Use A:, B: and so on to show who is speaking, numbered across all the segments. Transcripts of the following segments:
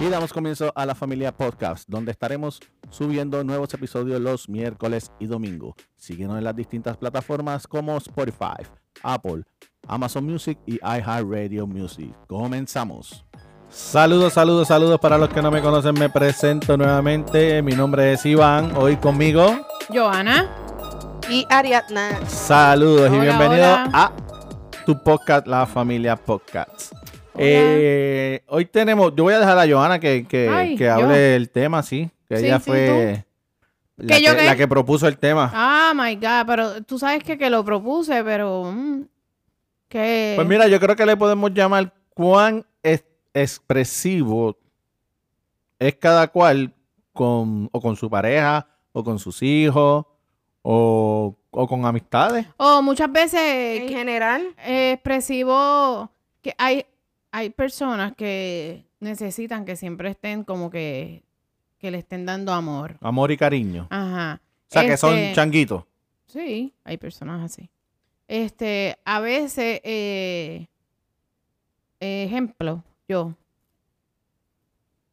A: Y damos comienzo a la familia podcast, donde estaremos subiendo nuevos episodios los miércoles y domingo. Síguenos en las distintas plataformas como Spotify, Apple, Amazon Music y iHeartRadio Music. Comenzamos.
B: Saludos, saludos, saludos para los que no me conocen. Me presento nuevamente. Mi nombre es Iván. Hoy conmigo.
C: Joana.
D: y Ariadna.
B: Saludos y
C: Hola,
B: bienvenido
C: hola.
B: a tu podcast, la familia podcast. Eh, hoy tenemos, yo voy a dejar a Johanna que, que-
C: Ay,
B: que hable el tema, sí. Que
C: Sí,
B: ella
C: sí,
B: fue la
C: ¿Que
B: que,
C: yo qué?
B: la que propuso el tema.
C: Ah, my God, pero tú sabes que, que lo propuse, pero... mm, que...
B: Pues mira, yo creo que le podemos llamar cuán es- expresivo es cada cual con, o con su pareja, o con sus hijos, o, o con amistades.
C: O oh, muchas veces
D: En
C: que-
D: general,
C: eh, expresivo que hay, hay personas que necesitan que siempre estén como que, que le estén dando amor.
B: Amor y cariño.
C: Ajá.
B: O sea, que son
C: Este,
B: changuitos.
C: Sí, hay personas así. Este, a veces, eh, ejemplo, yo.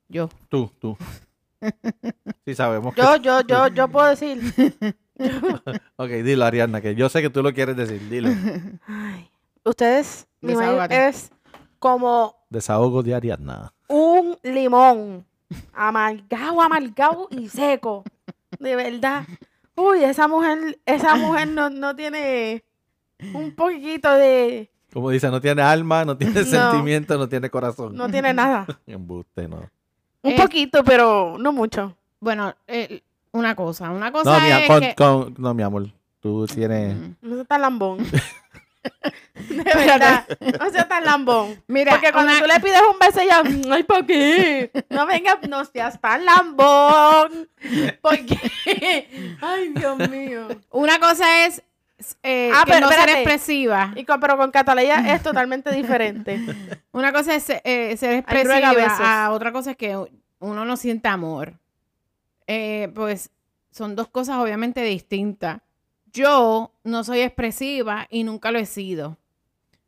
C: Yo.
B: Tú, tú. Sí sabemos que...
D: yo, yo, yo, yo puedo decir.
B: Ok, dilo, Ariadna, que yo sé que tú lo quieres decir. Dilo.
D: Ay, ustedes, mi marido
C: Desahógate.
D: es como
B: Desahogo de Ariadna.
D: un limón. Amargado, amargado y seco. De verdad. Uy, esa mujer, esa mujer no, no tiene un poquito de.
B: Como dice, no tiene alma, no tiene
D: No.
B: sentimiento, no tiene corazón.
D: No tiene nada.
B: Embuste, no.
D: Un
C: Eh,
D: poquito, pero no mucho.
C: Bueno, el- una cosa, una cosa
B: No, mi,
C: es
B: con-
C: que...
B: con- no, mi amor. Tú tienes...
C: Mm.
D: No sea tan lambón. De verdad. No sea tan lambón.
C: Mira,
D: Porque cuando
C: una-
D: tú le pides un beso, ella, "Mm, ay, ¿por qué? No vengas, no seas tan lambón. ¿Por qué? Ay, Dios mío.
C: Una cosa es eh,
D: Ah,
C: que
D: pero
C: no ser
D: espérate.
C: expresiva.
D: Y con- pero con Catalina es totalmente diferente.
C: Una cosa es eh, ser
D: Ay, ruega
C: expresiva,
D: besos.
C: ah, otra cosa es que uno no sienta amor. Eh, pues son dos cosas obviamente distintas. Yo no soy expresiva y nunca lo he sido.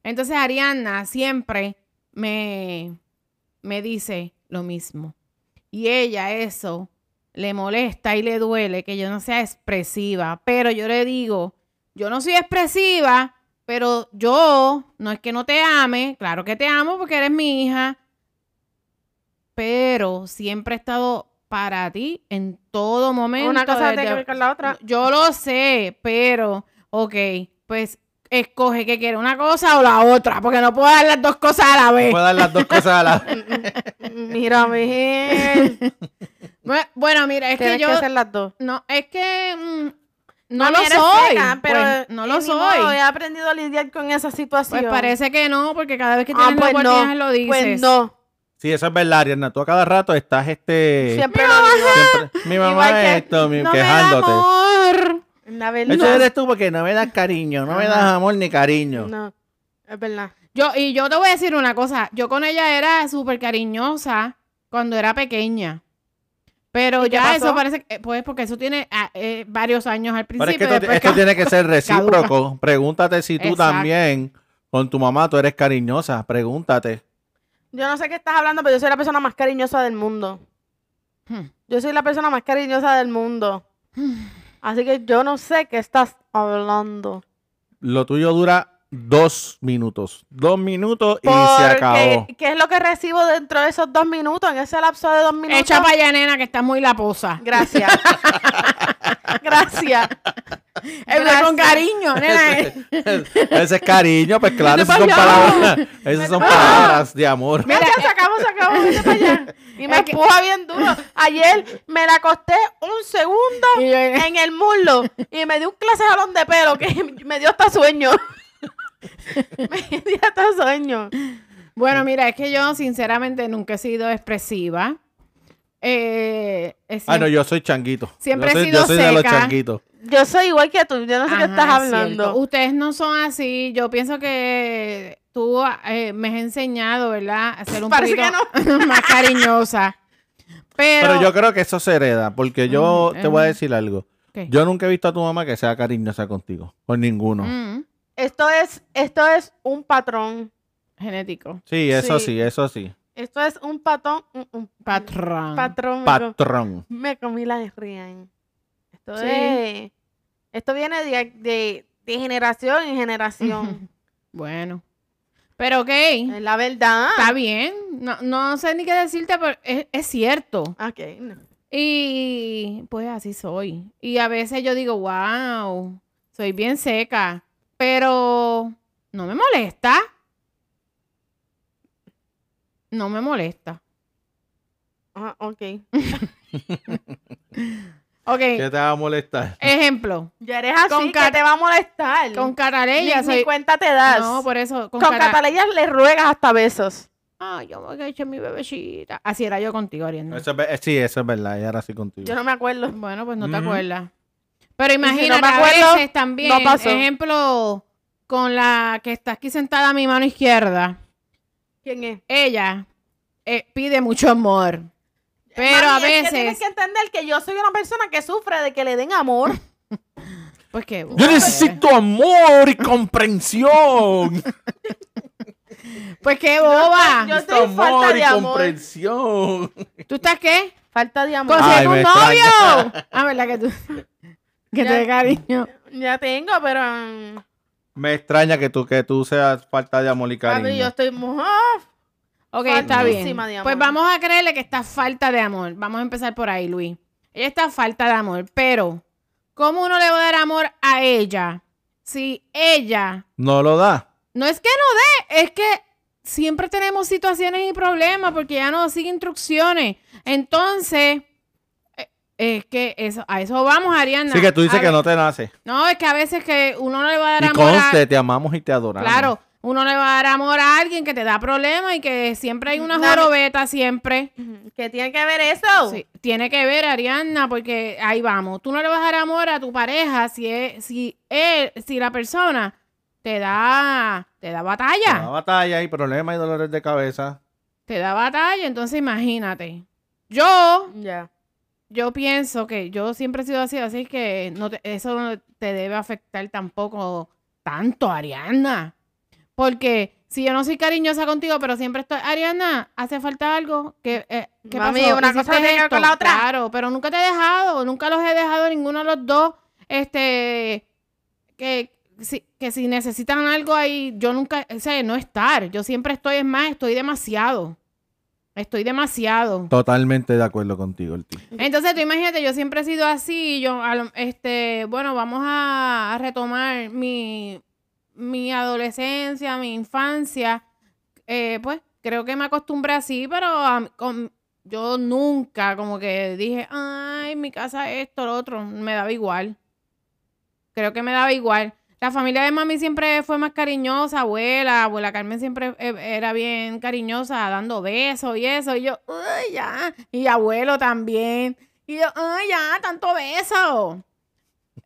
C: Entonces Ariana siempre me, me dice lo mismo. Y ella eso le molesta y le duele que yo no sea expresiva. Pero yo le digo, yo no soy expresiva, pero yo no es que no te ame, claro que te amo porque eres mi hija, pero siempre he estado para ti en todo momento.
D: Una cosa tiene que
C: desde-
D: ver con la otra.
C: yo lo sé, pero, ok, pues escoge que quiere una cosa o la otra, porque no puedo dar las dos cosas a la vez.
B: Puedo dar las dos cosas a la
D: Mira, Miguel.
C: Bue- Bueno, mira, es que
D: Tienes
C: yo
D: que hacer las dos.
C: no, es que mm, no
D: Mami,
C: lo
D: eres
C: soy,
D: seca, pero
C: Pues, no lo
D: ni modo,
C: soy.
D: he aprendido a lidiar con esa situación.
C: Pues parece que no, porque cada vez que
D: Ah,
C: tienes la
D: pues no,
C: oportunidad lo dices.
D: Pues no.
B: Sí, eso es verdad, Ariadna. Tú a cada rato estás este.
D: Siempre lo digo.
B: siempre- Mi mamá
D: Igual que-
B: es esto, mi-
C: No me da
B: quejándote.
C: amor.
D: La
B: Eso
D: verdad.
B: eres tú porque no me das cariño, no me das
C: Ajá.
B: amor ni cariño.
D: No. Es verdad.
C: Yo, y yo te voy a decir una cosa. Yo con ella era súper cariñosa cuando era pequeña. Pero
D: ¿Y qué
C: ya
D: pasó?
C: eso parece que, pues, porque eso tiene ah, eh, varios años al
B: Pero es
C: principio.
B: que esto,
C: después
B: esto
C: ca-
B: tiene que ser recíproco. Pregúntate si tú
C: Exacto.
B: también con tu mamá tú eres cariñosa. Pregúntate.
D: Yo no sé qué estás hablando, pero yo soy la persona más cariñosa del mundo.
C: Hmm.
D: Yo soy la persona más cariñosa del mundo. Así que yo no sé qué estás hablando.
B: Lo tuyo dura dos minutos. Dos minutos y se
D: Porque,
B: acabó.
D: ¿Qué es lo que recibo dentro de esos dos minutos? En ese lapso de dos minutos.
C: Echa para allá, nena, que está muy laposa.
D: Gracias. Gracias.
C: Habla con
D: Gracias.
C: cariño, nena.
B: Ese es cariño, pues claro,
C: Vete
B: esas
C: pa'
B: son
C: allá.
B: palabras. Esas son palabras de amor.
D: Mira, se acabó, se acabó, vete para allá. Y me
C: Es que-
D: empuja bien duro. Ayer me la acosté un segundo
C: Y yo-
D: en el muslo y me dio un clase jalón de pelo que me dio hasta sueño. me dio hasta sueño.
C: Bueno, mira, es que yo sinceramente nunca he sido expresiva. Eh, es
B: Ah, no,
C: siem-
B: yo soy changuito.
C: Siempre he
B: yo soy,
C: sido
B: yo soy de los
C: seca.
B: changuitos.
D: Yo soy igual que tú, yo no sé qué
C: Ajá,
D: estás
C: es
D: hablando.
C: cierto. Ustedes no son así. Yo pienso que tú eh, me has enseñado, ¿verdad? A ser un
D: Parece
C: poquito más cariñosa. Pero,
B: Pero, yo creo que eso se hereda, porque yo
C: Mm,
B: te voy a
C: ajá.
B: decir algo.
C: ¿Qué?
B: Yo nunca he visto a tu mamá que sea cariñosa contigo, con ninguno.
C: Mm,
D: Esto es, esto es un patrón.
C: genético.
B: Sí, eso sí.
D: Sí.
B: eso sí.
D: Esto es un patón, un, un
C: Patrón.
D: patrón. me com-
B: Patrón.
D: Me comí la rian. Esto
C: Sí.
D: es- Esto viene de, de- de generación en generación.
C: bueno. Pero ok.
D: es la verdad.
C: Está bien. No, no sé ni qué decirte, pero es, es cierto.
D: Ok, no.
C: Y pues así soy. Y a veces yo digo, wow, soy bien seca. Pero no me molesta. No me molesta.
D: Ah, ok.
B: ¿Qué
C: Ok,
B: te va a molestar?
C: ejemplo.
D: Ya eres así,
C: Con
D: que
C: car-
D: te va a molestar.
C: Con
D: ni,
C: Caralella
D: ni
C: soy...
D: cuenta te das.
C: No, por eso. Con,
D: con
C: cara-
D: Catalellas le ruegas hasta besos.
C: Ay, yo me eché mi bebecita. Así era yo contigo, Ariadna.
B: Eso es ve- eh, sí, eso es verdad. Y ahora sí contigo.
D: Yo no me acuerdo.
C: Bueno, pues no te
B: Ujú.
C: acuerdas. Pero
D: me
C: imagínate,
D: acuerdo,
C: a veces también,
D: no pasó.
C: ejemplo, con la que está aquí sentada a mi mano izquierda,
D: ¿Quién es?
C: ella eh, pide mucho amor. Pero
D: Mami,
C: a
D: es que
C: veces,
D: tienes que entender que yo soy una persona que sufre de que le den amor.
C: pues que...
B: Yo necesito amor y comprensión.
C: Pues qué boba.
D: Yo
B: Necesito
D: estoy en falta
B: amor y
D: de amor.
B: comprensión.
C: ¿Tú estás qué?
D: Falta de amor.
B: Con- Ay,
C: ¡Consiguiendo un
B: me
C: novio! Ah, ¿verdad que tú? Que
D: Ya.
C: te dé cariño.
D: Ya tengo, pero. mm,
B: Me extraña que tú, que tú seas falta de amor y cariño.
D: papi, yo estoy. mo-
C: Ok, está bien.
D: Faltísima de
C: Pues
D: amor.
C: vamos a creerle que está falta de amor. Vamos a empezar por ahí, Luis. Ella está falta de amor, pero ¿cómo uno le va a dar amor a ella si ella
B: No lo da.
C: no es que no dé, es que siempre tenemos situaciones y problemas porque ya no sigue instrucciones. Entonces, eh, es que eso, a eso vamos, Ariana.
B: Así que tú dices
C: A
B: que
C: ve-
B: no te nace.
C: No, es que a veces que uno no le va a dar
B: Y
C: amor a...
B: conste, te amamos y te adoramos.
C: Claro, uno le va a dar amor a alguien que te da problemas y que siempre hay una
D: Dame-
C: jorobeta, siempre.
D: ¿Qué tiene que ver eso?
C: Sí, tiene que ver, Arianna, porque ahí vamos. Tú no le vas a dar amor a tu pareja si es, si él, si la persona te da,
B: Te
C: te da
B: da
C: batalla.
B: batalla y problemas y dolores de cabeza.
C: Te da batalla, entonces imagínate. Yo,
D: Ya.
C: yo pienso que yo siempre he sido así, así que no te- eso no te debe afectar tampoco tanto, Ariana. Porque si yo no soy cariñosa contigo, pero siempre estoy, Ariana, hace falta algo que eh, ¿qué
D: Mami,
C: pasó?
D: una cosa
C: ¿Hiciste
D: tiene que ver
C: esto?".
D: con la otra.
C: Claro, pero nunca te he dejado, nunca los he dejado ninguno de los dos, este que si, que si necesitan algo ahí, yo nunca, o sea, no estar, yo siempre estoy, es más, estoy demasiado. Estoy demasiado.
B: Totalmente de acuerdo contigo, el tío.
C: Entonces, tú imagínate, yo siempre he sido así, yo, a lo- este, bueno, vamos a, a retomar mi, mi adolescencia, mi infancia, Eh, pues creo que me acostumbré así, pero a- con- yo nunca como que dije, ay, mi casa esto, lo otro, me daba igual, creo que me daba igual. La familia de mami siempre fue más cariñosa, abuela, abuela Carmen siempre eh, era bien cariñosa, dando besos y eso. Y yo, ay, ya. Y abuelo también. Y yo, ay, ya, tanto beso.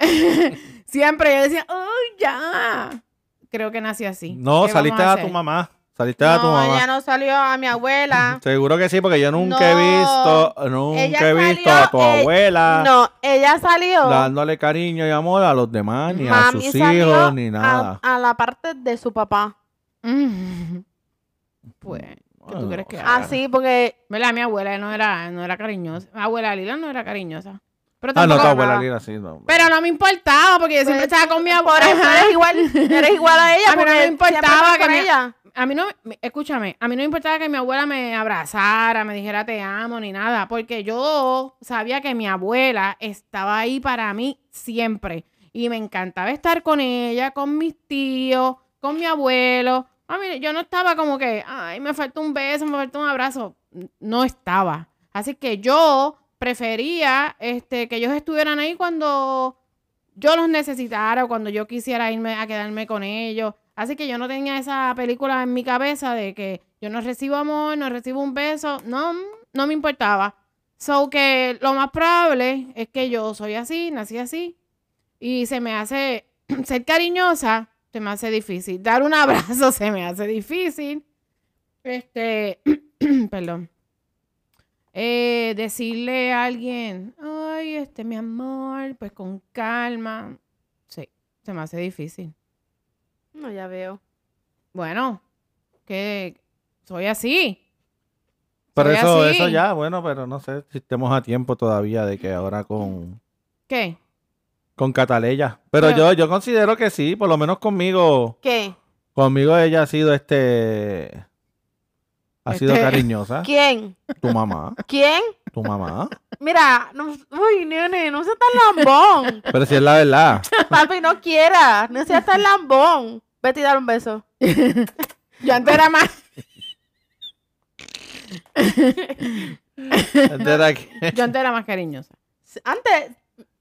C: siempre yo decía, ay, ya. Creo que nació así.
B: No,
C: ¿Qué vamos
B: saliste a,
C: hacer?
B: tu mamá. Saliste a tu
D: No,
B: mamá.
D: ella no salió a mi abuela.
B: Seguro que sí, porque yo nunca he
D: No.
B: visto, nunca he
D: Ella
B: visto
D: salió,
B: a tu
D: eh,
B: abuela
D: No, ella salió.
B: dándole cariño y amor a los demás, ni a
D: Mami
B: sus
D: salió
B: hijos, ni
D: a-
B: nada.
D: A, la parte de su papá.
C: Mm. pues, ¿qué tú
B: Bueno,
C: crees que
B: o
C: haga?
B: sea,
D: Así, porque
C: ¿Verdad? Mi abuela no era, no era cariñosa. Mi abuela Lila no era cariñosa. Pero
B: Ah, no, tu
C: tampoco-
B: abuela Lira, sí, no.
C: Pero no me importaba porque yo siempre
D: Pues,
C: estaba con mi
D: por
C: abuela.
D: eso eres igual, eres igual a ella.
C: A mí no
D: porque
C: me
D: siempre
C: importaba
D: estás
C: que
D: con
C: me-
D: ella.
C: a mí no, me- escúchame, a mí no me importaba que mi abuela me abrazara, me dijera te amo ni nada, porque yo sabía que mi abuela estaba ahí para mí siempre y me encantaba estar con ella, con mis tíos, con mi abuelo. A mí yo no estaba como que, ay, me falta un beso, me falta un abrazo, no estaba. Así que yo prefería este que ellos estuvieran ahí cuando yo los necesitara o cuando yo quisiera irme a quedarme con ellos. Así que yo no tenía esa película en mi cabeza de que yo no recibo amor, no recibo un beso. No, mm, no me importaba. So que lo más probable es que yo soy así, nací así. Y se me hace ser cariñosa, se me hace difícil. Dar un abrazo se me hace difícil. Este, perdón. Eh, decirle a alguien, ay, este mi amor, pues con calma. Sí, se me hace difícil.
D: No, ya veo.
C: Bueno, que soy así.
B: Pero
C: Soy
B: eso,
C: así.
B: eso ya, bueno, pero no sé si estemos a tiempo todavía de que ahora con,
C: ¿Qué?
B: con Cataleya. Pero
C: Pero-
B: yo, yo considero que sí, por lo menos conmigo,
D: ¿Qué?
B: conmigo ella ha sido este. Ha sido
C: Este-
B: cariñosa.
D: ¿Quién?
B: Tu mamá,
D: ¿Quién?
B: tu mamá.
D: Mira, no, uy, nene, no seas tan lambón.
B: Pero si es la verdad.
D: Papi, no quieras. No seas tan lambón. Vete y dar un beso.
C: Yo antes era más.
B: Este era que-
C: Yo antes era más cariñosa.
D: S- Antes,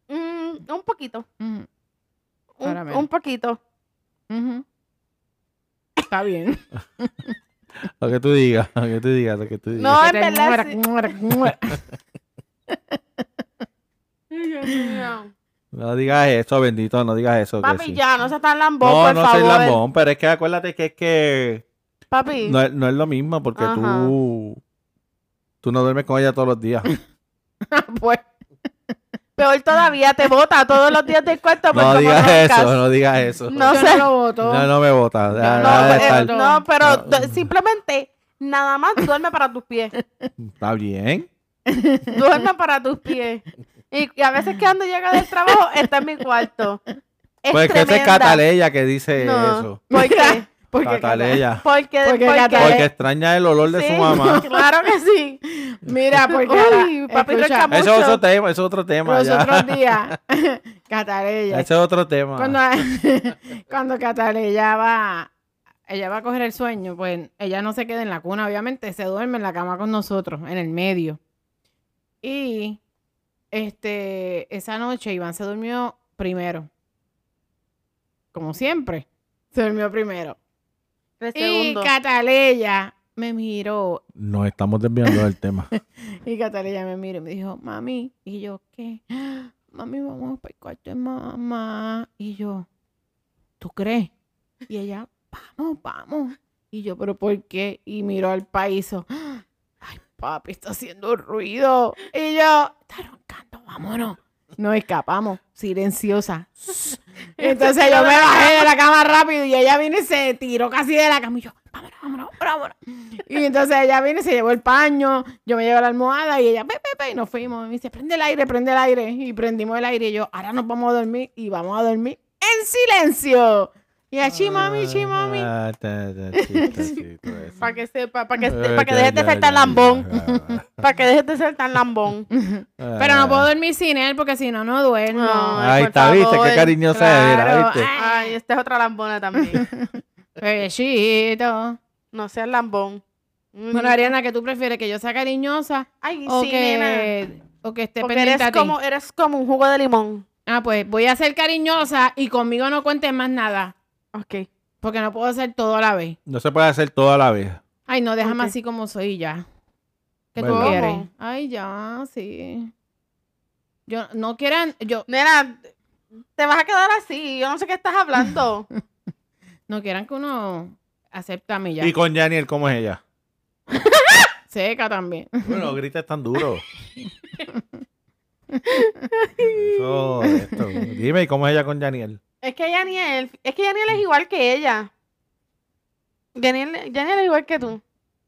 D: mm, un poquito.
C: Ujú,
D: Un,
C: Ahora menos.
D: un poquito.
C: ujú. Está bien.
B: Lo que tú digas, lo que tú digas, lo que tú digas.
D: No, en
C: Que te
D: verdad
C: muera,
D: sí.
C: muera, muera.
B: No digas eso, bendito, no digas eso. que
D: Papi,
B: sí.
D: ya, no seas tan lambón,
B: No,
D: por
B: no soy
D: favor. eh.
B: lambón, pero es que acuérdate que es que
D: Papi,
B: no, es- no es lo mismo porque
D: Ajá.
B: tú tú no duermes con ella todos los días.
C: Pues,
D: peor todavía, te bota todos los días del pues, cuarto. por
B: No
D: cómo
B: digas
D: roncas.
B: eso, no digas eso.
D: No
C: yo
D: sé.
C: no lo voto.
B: no, no me botas.
C: No,
D: No, pues,
C: nada de
D: pero,
C: tal.
D: no, pero
B: No.
D: do- simplemente nada más duerme para tus pies. eh,
B: Está bien.
D: Duerme para tus pies. Y, y a veces que ando llega del trabajo, está en mi cuarto. Es
B: Pues que esa es
D: tremenda.
B: Cataleya que dice
D: No.
B: eso.
D: ¿Por
B: eh.
D: qué?
C: Porque
B: Cataleya.
D: Porque,
C: Porque
D: porque,
C: Catale-
B: Porque extraña el olor de
D: sí,
B: su mamá.
D: Claro que sí.
C: Mira, porque
D: Uy,
C: la-
D: papi,
C: escucha,
D: recamó.
B: Eso es
D: mucho.
B: otro tema, eso es otro tema.
C: los
B: ya.
C: otros días, Catarella.
B: Ese es otro tema.
C: Cuando, cuando Catarella va, ella va a coger el sueño, pues ella no se queda en la cuna, obviamente, se duerme en la cama con nosotros, en el medio. Y este, esa noche Iván se durmió primero. Como siempre, se durmió primero.
D: Tres
C: Y
D: segundos.
C: Cataleya me miró
B: Nos estamos desviando del tema.
C: Y Catalina me miró y me dijo, mami. Y yo, ¿qué? "Ah, Mami, vamos para el cuarto de mamá. Y yo, ¿tú crees? Y ella, vamos, vamos. Y yo, ¿pero por qué? Y miró al paíso. Ay, papi, está haciendo ruido. Y yo, está roncando, vámonos. Nos escapamos, silenciosa. Entonces yo me bajé de la cama rápido y ella vino y se tiró casi de la cama. Y yo, vámonos, vámonos, vámonos. Y entonces ella viene, se llevó el paño, yo me llevo la almohada y ella, pe, pe, pe, y nos fuimos. Y me dice, prende el aire, prende el aire. Y prendimos el aire y yo, ahora nos vamos a dormir y vamos a dormir en silencio. Y allí, mami, chi, mami.
B: Ah, ta, ta, chistecito ese.
D: Para que sepa, para que,
B: Eh,
D: para que
B: ya,
D: dejes de
B: ya,
D: ser
B: ya, ya,
D: tan lambón.
B: ya,
D: Para que dejes de ser tan lambón.
B: ya. Ah,
C: Pero no puedo dormir sin él porque si no, no duermo.
D: No,
B: Ahí
D: por
B: está, viste,
D: favor.
B: qué cariñosa
C: Claro,
B: era, viste.
C: ah.
D: Ay, esta es otra lambona también.
C: Bebecito.
D: No seas lambón. Mm.
C: Bueno, Ariana, que tú prefieres? ¿Que yo sea cariñosa
D: Ay,
C: o,
D: sí, nena.
C: que, o que esté
D: Porque
C: pendiente a
D: eres
C: ti?
D: como, eres como un jugo de limón.
C: Ah, pues voy a ser cariñosa y conmigo no cuentes más nada.
D: Ok.
C: Porque no puedo ser todo a la vez.
B: No se puede hacer todo a la vez.
C: Ay, no, déjame
D: Ok.
C: así como soy y ya. ¿Qué tú
B: ¿Verdad?
C: quieres?
D: ¿Cómo?
C: Ay, ya, sí. Yo no quieran, yo
D: Nena, te vas a quedar así. Yo no sé qué estás hablando.
C: no quieran que uno acepte a mí ya.
B: ¿Y con Janiel cómo es ella?
C: Seca también.
B: Bueno, grita tan duro. Eso, esto. Dime, ¿y cómo es ella con Janiel?
D: es que Yaniel, es que Yaniel es igual que ella. Yaniel, Yaniel es igual que tú.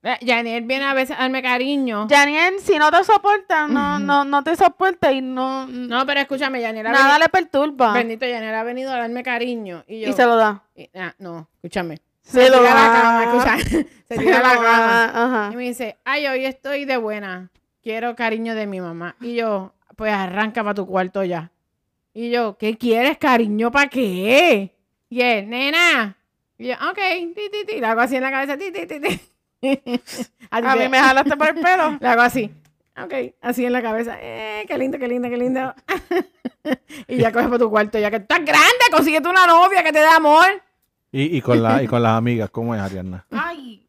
C: Eh, Yaniel viene a veces a darme cariño.
D: Yaniel, si no te soporta, no,
C: Ujú.
D: no, no te soporta y no,
C: No, pero escúchame, Yaniel ha
D: nada
C: venido,
D: le perturba.
C: bendito Yaniel ha venido a darme cariño y yo
D: Y se lo da.
C: y- ah, no, escúchame.
D: Se
C: tira
D: lo
C: a la
D: da.
C: cama, escucha. Se
D: Se
C: tira a la
D: lo
C: cama.
D: da,
C: Y
D: Ajá.
C: me dice, ay, hoy estoy de buena. Quiero cariño de mi mamá. Y yo, pues arranca para tu cuarto ya. Y yo, ¿qué quieres, cariño? ¿Para qué? Y él, nena. Y yo, ok, ti, ti, ti. Le hago así en la cabeza, ti, ti, ti, ti. Así
D: A
C: te-
D: mí me jalaste por el pelo.
C: Le hago así. Ok, así en la cabeza. Eh, qué lindo, qué lindo, qué lindo. y ya coges para tu cuarto, ya que estás grande, consíguete una novia que te dé amor.
B: Y, y, con la, y con las amigas, ¿cómo es Ariana?
D: Ay.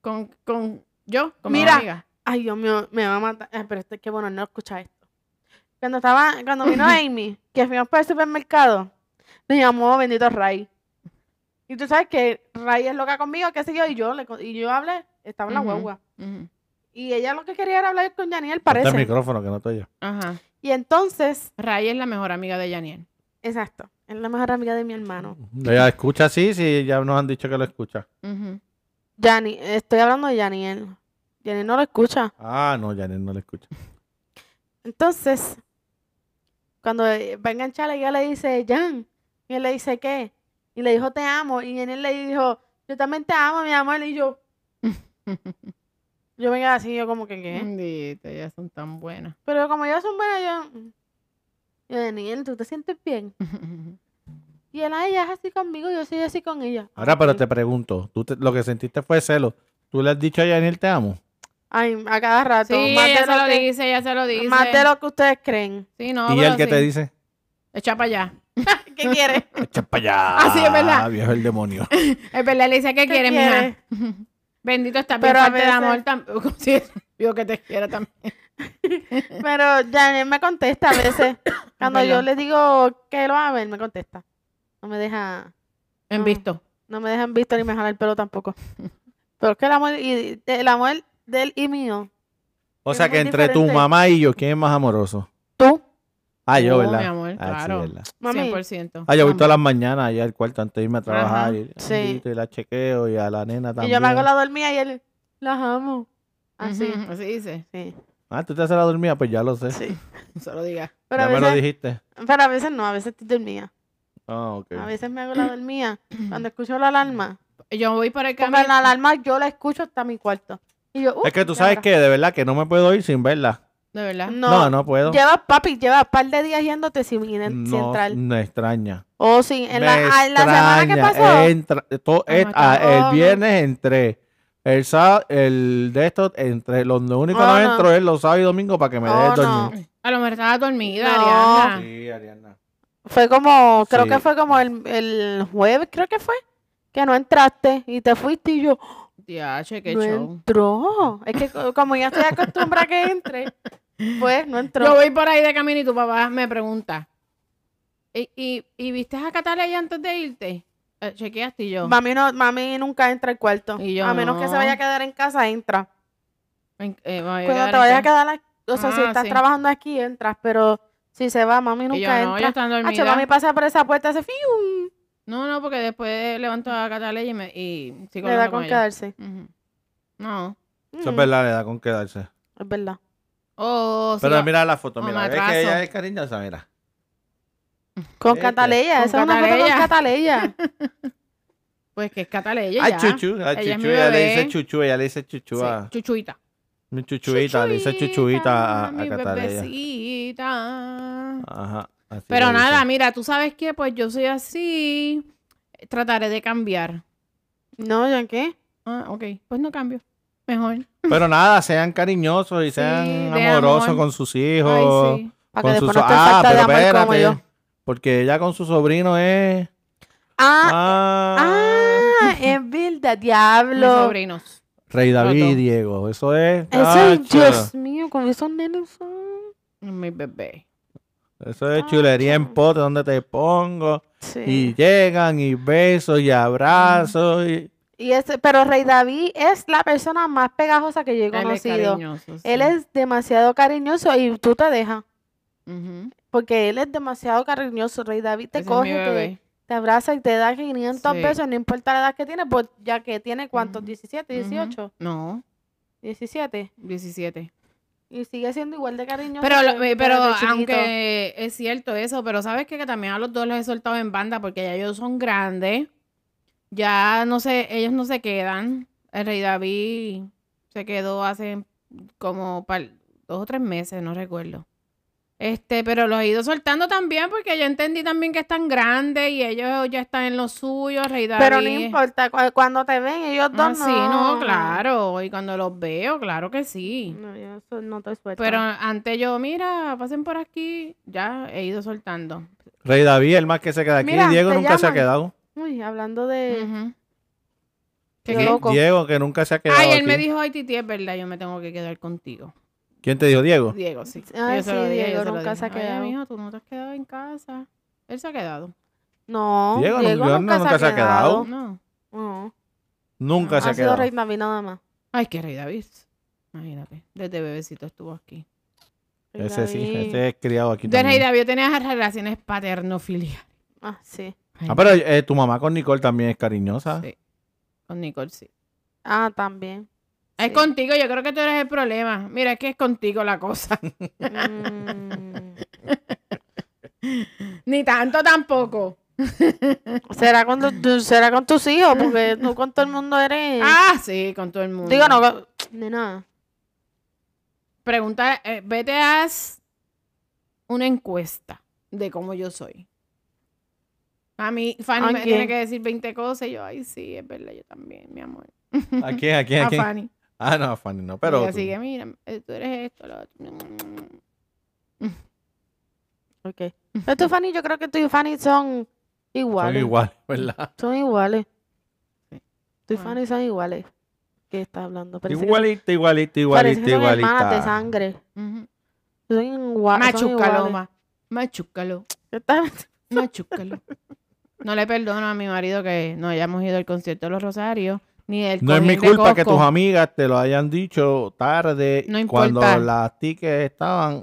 C: Con, con, yo, con
D: Mira.
C: mi amiga.
D: Ay, Dios mío, me va a matar. Ay, pero este, qué bueno no escucha esto. Cuando estaba, cuando vino Amy, que fuimos para el supermercado, me llamó bendito Ray. Y tú sabes que Ray es loca conmigo, qué sé yo, y yo, le, co- y yo hablé, estaba en la
C: Ujú.
D: guagua.
C: Ujú.
D: Y ella lo que quería era hablar con Daniel,
B: Está el
D: parece.
B: micrófono que no te oye.
C: Ajá.
D: Y entonces,
C: Ray es la mejor amiga de Yaniel.
D: exacto, es la mejor amiga de mi
C: Ah,
D: hermano.
B: Ella escucha, sí, sí, ya nos han dicho que lo escucha.
C: Ujú.
D: Yani, estoy hablando de Daniel. Jenny no lo escucha.
B: Ah, no, Janet no la escucha.
D: Entonces, cuando eh, va a enganchar, ella le dice, Jan. Y él le dice, ¿qué? Y le dijo, te amo. Y él le dijo, yo también te amo, mi amor. Y yo, yo me quedé así, yo como que,
C: Mm.
D: ¿qué?
C: Bendita, ellas son tan buenas.
D: Pero como ellos son buenas, yo... mm. Yo, Daniel, ¿tú te sientes bien? Y él, ay, ella es así conmigo, yo soy así con ella.
B: Ahora, pero
D: Ok.
B: te pregunto, tú te- lo que sentiste fue celo. ¿Tú le has dicho a Janel te amo?
D: Ay, a cada rato.
C: Sí,
D: más, de
C: ella se
D: lo
C: lo
D: que-
C: dice, ella se lo dice.
D: más de lo que ustedes creen.
C: Sí, no,
B: y
C: pero
B: el que
C: sí.
B: te dice,
C: Echa para allá.
D: ¿Qué quieres?
B: echa para allá.
C: Ah, sí, es verdad.
B: Viejo el demonio.
C: Es verdad, le dice, ¿qué, quiere,
D: quieres?
C: mija? Bendito está,
D: Pero
C: pero
D: a
C: parte de
D: veces-
C: amor tampoco. Sí, yo que te quiero también.
D: Pero Janel me contesta a veces. Cuando yo
C: verdad.
D: le digo que lo ame, él me contesta. No me deja,
C: En
D: Ah.
C: visto.
D: no me dejan visto ni me jala el pelo tampoco. Pero es que el amor, y, el amor de él y mío,
B: O
D: Es
B: sea que
D: muy
B: entre tu
D: diferente.
B: mamá y yo, ¿quién es más amoroso?
D: tú,
B: Ah, yo,
C: Oh,
B: ¿verdad?
C: mi amor,
B: Ah, sí,
C: claro.
B: ¿verdad?
D: mami.
C: 100%.
B: Ah, yo voy todas las mañanas allá al cuarto antes de irme a trabajar.
C: Ajá,
B: y, el
D: sí.
B: angelito y la chequeo y a la nena
D: Y
B: también.
D: yo me hago la dormida y él, las amo. Así,
C: Ujú, así dice.
D: sí,
B: Ah, tú te haces la dormida, pues ya lo sé.
D: sí.
C: No se lo diga.
D: Pero
B: ya
D: a,
B: me lo
D: veces,
B: dijiste.
D: pero a veces no, a veces estoy dormida.
B: Ah, ok.
D: A veces me hago la dormida. Cuando escucho la alarma,
C: Yo voy por el
D: porque
C: camino.
D: la alarma yo la escucho hasta mi cuarto. Y yo, "Uh,
B: Es que tú
D: ya
B: sabes
D: habrá".
B: que de verdad que no me puedo ir sin verla.
C: De verdad.
B: No, no,
D: No,
B: puedo.
D: Llevas, papi, llevas par de días yéndote sin, ir en- sin
B: No,
D: entrar.
B: me extraña.
D: O sin, en la,
B: Me
D: ah, en la semana que
B: extraña. eh.
D: pasó.
B: Entra- to-
C: my
B: et-
C: God.
B: ah,
D: Oh, no.
B: el viernes entré. El sábado, el de estos, entre los lo único que
D: Oh,
B: no
D: no.
B: entro es los sábados y domingos para que me
D: Oh,
B: dejes
D: no.
B: dormir.
C: A lo mejor estaba dormida,
D: No.
C: Ariana.
B: Sí, Ariana.
D: Fue como, creo que
B: Sí.
D: fue como el, el jueves, creo que fue, que no entraste y te fuiste y yo,
C: Diache, qué
D: no
C: show.
D: entró. Es que co- como ya estoy acostumbrada a que entre, pues
C: Yo
D: no entró.
C: voy por ahí de camino y tu papá me pregunta. ¿Y, y, y viste a Cataleya antes de irte? Eh, chequeaste y yo.
D: Mami, no, mami nunca entra al cuarto.
C: Y yo,
D: a menos que se
C: no.
D: vaya a quedar en casa, entra.
C: En- eh, me voy a
D: Cuando
C: quedar
D: te vayas a
C: acá.
D: quedar, a- o sea, si
C: Ah,
D: estás
C: sí.
D: trabajando aquí, entras, pero si se va, mami
C: Y yo,
D: nunca Ah,
C: no, ya
D: entra.
C: están
D: Hacho,
C: dormidas.
D: mami pasa por esa puerta, hace fium,
C: No, no, porque después levanto a Cataleya y, me, y sigo
D: le da
C: hablando
D: con
C: con ella.
D: quedarse.
C: Ujú. No.
B: Eso es
D: Mm,
B: verdad, le da con quedarse.
D: Es verdad.
C: Oh, sí,
B: Pero
C: va-
B: mira la foto,
C: o
B: mira. ¿Ves
C: matrazo.
B: que ella es cariñosa? Mira.
D: Con
B: Vete.
D: Cataleya,
C: Con
D: esa es una foto con
C: Cataleya.
D: Cataleya.
C: pues que es Cataleya.
B: Ay,
C: ya.
B: chuchu. Ay,
C: Ella es
B: chuchu.
C: mi
B: Ella le
C: bebé.
B: dice chuchu. Ella le dice
C: Sí,
B: chuchu a...
C: chuchuita.
B: Mi chuchuita. Le dice chuchuita a, a
C: mi
B: Cataleya.
C: bebecita.
B: Ajá. así
C: Pero
B: le dice.
C: nada, mira, tú sabes que pues yo soy así, trataré de cambiar.
D: No, ¿ya qué?
C: Ah, ok, pues no cambio. Mejor.
B: Pero nada, sean cariñosos y sean
C: de
B: amorosos
C: amor.
B: con sus hijos.
C: Ay, sí.
D: Para
B: con
D: que
B: sus
D: después
B: so-
D: no te
B: Ah,
D: falta de
B: pero
D: amor como
B: espérate.
D: yo.
B: Porque ella con su sobrino es.
D: Ah,
B: Ah,
D: ah, es verdad,
C: Mis
D: diablo.
C: sobrinos.
B: Rey David
C: Roto.
B: y Diego. Eso es. ah,
D: Eso
B: Chacho,
D: es, Dios mío, con esos nenes. son-
C: Mi bebé.
B: Eso es chulería en
D: Chacho.
B: pote donde te pongo. Y
D: Sí.
B: llegan y besos y abrazos. Y...
D: Y ese, pero Rey David es la persona más pegajosa que yo he
C: Él es
D: conocido.
C: cariñoso, sí.
D: Él es demasiado cariñoso y tú te dejas.
C: Ujú.
D: Porque él es demasiado cariñoso. Rey David te
C: Ese es mi
D: coge, te,
C: bebé.
D: te abraza y te da 500
C: Sí.
D: pesos, no importa la edad que tiene, pues ya que tiene cuántos,
C: Ujú.
D: 17,
C: Ujú.
D: 18,
C: No,
D: 17.
C: 17.
D: Y sigue siendo igual de cariñoso.
C: Pero, lo-
D: que-
C: eh,
D: que
C: pero
D: desde chiquito.
C: aunque es cierto eso, pero sabes qué? que también a los dos los he soltado en banda porque ya ellos son grandes. Ya no sé, ellos no se quedan. El Rey David se quedó hace como par- dos o tres meses, no recuerdo. Este, pero los he ido soltando también porque yo entendí también que están grandes y ellos ya están en lo suyo, Rey David.
D: Pero no importa, cu- cuando te ven ellos dos
C: Ah,
D: no.
C: sí, no, claro. Y cuando los veo, claro que sí.
D: No, yo eso no te
B: Pues
D: suelto.
C: Pero antes yo, mira, pasen por aquí, ya he ido soltando.
B: Rey David, el más que se queda aquí.
D: Mira,
B: Diego
D: te
B: nunca se ha
D: llaman.
B: quedado.
D: Uy, hablando de...
C: Ujú.
D: ¿Qué,
B: Die-
D: qué?
B: Diego,
D: loco.
B: que nunca se ha quedado.
C: Ay, él me
B: aquí.
C: dijo, ay, Titi, es verdad, yo me tengo que quedar contigo.
B: ¿Quién te dijo, Diego?
C: Diego, sí.
D: Ay,
C: Yo se
D: Ah, sí,
C: lo dije, yo
D: Diego
C: se lo
D: nunca se ha
C: dije.
D: quedado.
C: Oye, mijo, tú no te has quedado en casa. Él se ha quedado.
D: No,
B: Diego
D: Diego,
B: nu- Diego
D: nunca,
B: nunca
D: se ha quedado.
C: No.
D: No,
B: Nunca
C: No,
B: se
D: Ah, ha
B: ha
D: sido
B: quedado.
D: Rey David nada más.
C: Ay, qué rey David. Imagínate, desde bebecito estuvo aquí.
D: Rey
B: Ese sí,
D: David.
B: ese es criado aquí.
C: De rey
B: también.
C: David yo tenía relaciones paterno-filiales.
D: Ah, sí.
C: Ay,
B: Ah, pero eh, tu mamá con Nicole también es cariñosa.
C: sí. Con Nicole, sí.
D: Ah, también.
C: Es contigo, yo creo que tú eres el problema. Mira, es que es contigo la cosa.
D: Mm.
C: Ni tanto tampoco.
D: ¿Será, con tu- tu- será con tus hijos, porque no con todo el mundo eres.
C: Ah, sí, con todo el mundo.
D: Digo, no, con- de nada.
C: Pregunta, eh, vete a una encuesta de cómo yo soy. A mí, Fanny
D: ¿A
C: me
D: quién?
C: tiene que decir 20 cosas y yo, ay, sí, es verdad, yo también, mi amor.
B: ¿A quién? ¿A quién?
C: A
B: ¿A quién?
C: Fanny.
B: Ah, no, a Fanny, no,
C: Pero
B: pero.
C: así
B: tú-
C: que, mira, eh, tú eres esto, lo otro. Mm,
D: Ok. Pero tú, Fanny, yo creo que tú y Fanny son
B: Son
D: iguales.
B: iguales, ¿verdad?
D: Son iguales.
C: Sí.
D: Tú y
C: Bueno.
D: Fanny son iguales. ¿Qué estás hablando? Parece que-
B: Igualita, igualita, igualita,
D: parece que son hermanas de
B: igualita.
D: sangre.
C: Ujú.
D: Son igua-
C: Ah,
D: son
C: Machucalo,
D: iguales.
C: ma. Machucalo,
D: ¿Qué estás-
C: machucalo. No le perdono a mi marido que no hayamos ido al concierto de los Rosarios, ni del
B: No es mi
C: Cojín de
B: culpa que tus
C: Costco.
B: amigas te lo hayan dicho tarde
C: No
B: cuando
C: importa.
B: las tickets estaban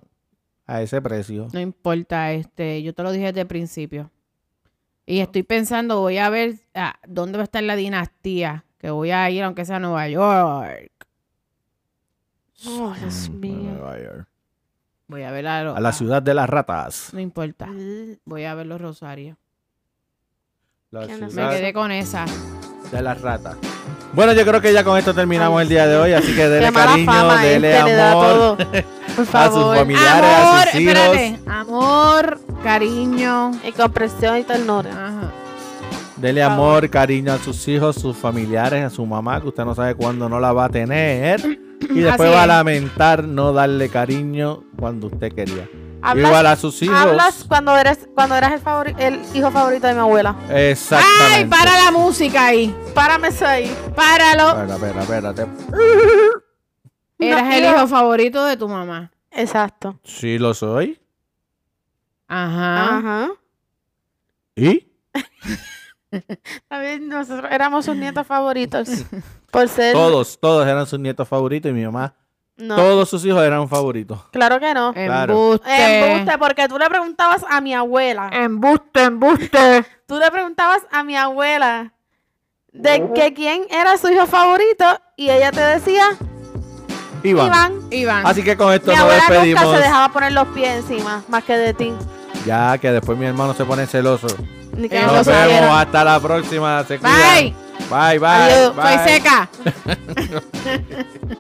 B: a ese precio.
C: No importa, este, yo te lo dije desde el principio. Y estoy pensando, voy a ver ah, dónde va a estar la dinastía, que voy a ir aunque sea a Nueva York.
D: Oh, Dios
B: Mm,
D: mío.
B: Nueva York.
C: Voy a ver a, lo-
B: A la
C: ah,
B: ciudad de las ratas.
C: No importa, voy a ver los Rosarios.
B: La
D: Que no me
C: Me
B: ciudad
C: quedé con esa.
B: de las ratas. Bueno, yo creo que ya con esto terminamos
D: Ay,
B: el día de hoy, así que dele
D: Qué mala
B: cariño,
D: fama
B: dele
D: este le da a
B: amor.
D: todo. Por
B: a sus
D: favor.
B: familiares, a sus hijos.
C: espérate, amor, cariño.
D: Y comprensión y ternura.
C: Ajá.
B: Dele amor, cariño a sus hijos, sus familiares, a su mamá, que usted no sabe cuándo no la va a tener. Y después
C: Así
B: va a
C: es.
B: lamentar no darle cariño cuando usted quería.
D: Hablas,
B: Igual a sus hijos.
D: hablas cuando eres, cuando eras el, favori- el hijo favorito de mi abuela.
B: Exactamente.
C: ¡Ay, para la música ahí!
D: Párame eso ahí.
C: ¡Páralo!
B: Espera, espera, espérate.
D: No,
C: Eras el
D: no.
C: hijo favorito de tu mamá.
D: Exacto.
B: Sí, lo soy.
C: Ajá.
D: Ajá.
B: ¿Y?
D: También nosotros éramos sus nietos favoritos. Por ser.
B: Todos, todos eran sus nietos favoritos y mi mamá.
D: No,
B: Todos sus hijos eran favoritos.
D: claro que no.
B: Claro.
C: Embuste.
D: Embuste, porque tú le preguntabas a mi abuela.
C: Em. Embuste, embuste.
D: Tú le preguntabas a mi abuela de que quién era su hijo favorito y ella te decía
B: Iván.
D: Iván.
C: Iván.
B: Así que con esto
D: Mi
B: nos
D: abuela nunca
B: despedimos.
D: se dejaba poner los pies encima, más que de ti.
B: Ya que después mi hermano se pone celoso.
D: Ni que
C: Eh,
D: no
B: Nos
D: lo
B: vemos
D: supieran.
B: hasta la próxima. Se
C: Bye.
B: cuidan. Bye, bye.
D: Adiós.
B: bye.
C: Soy seca.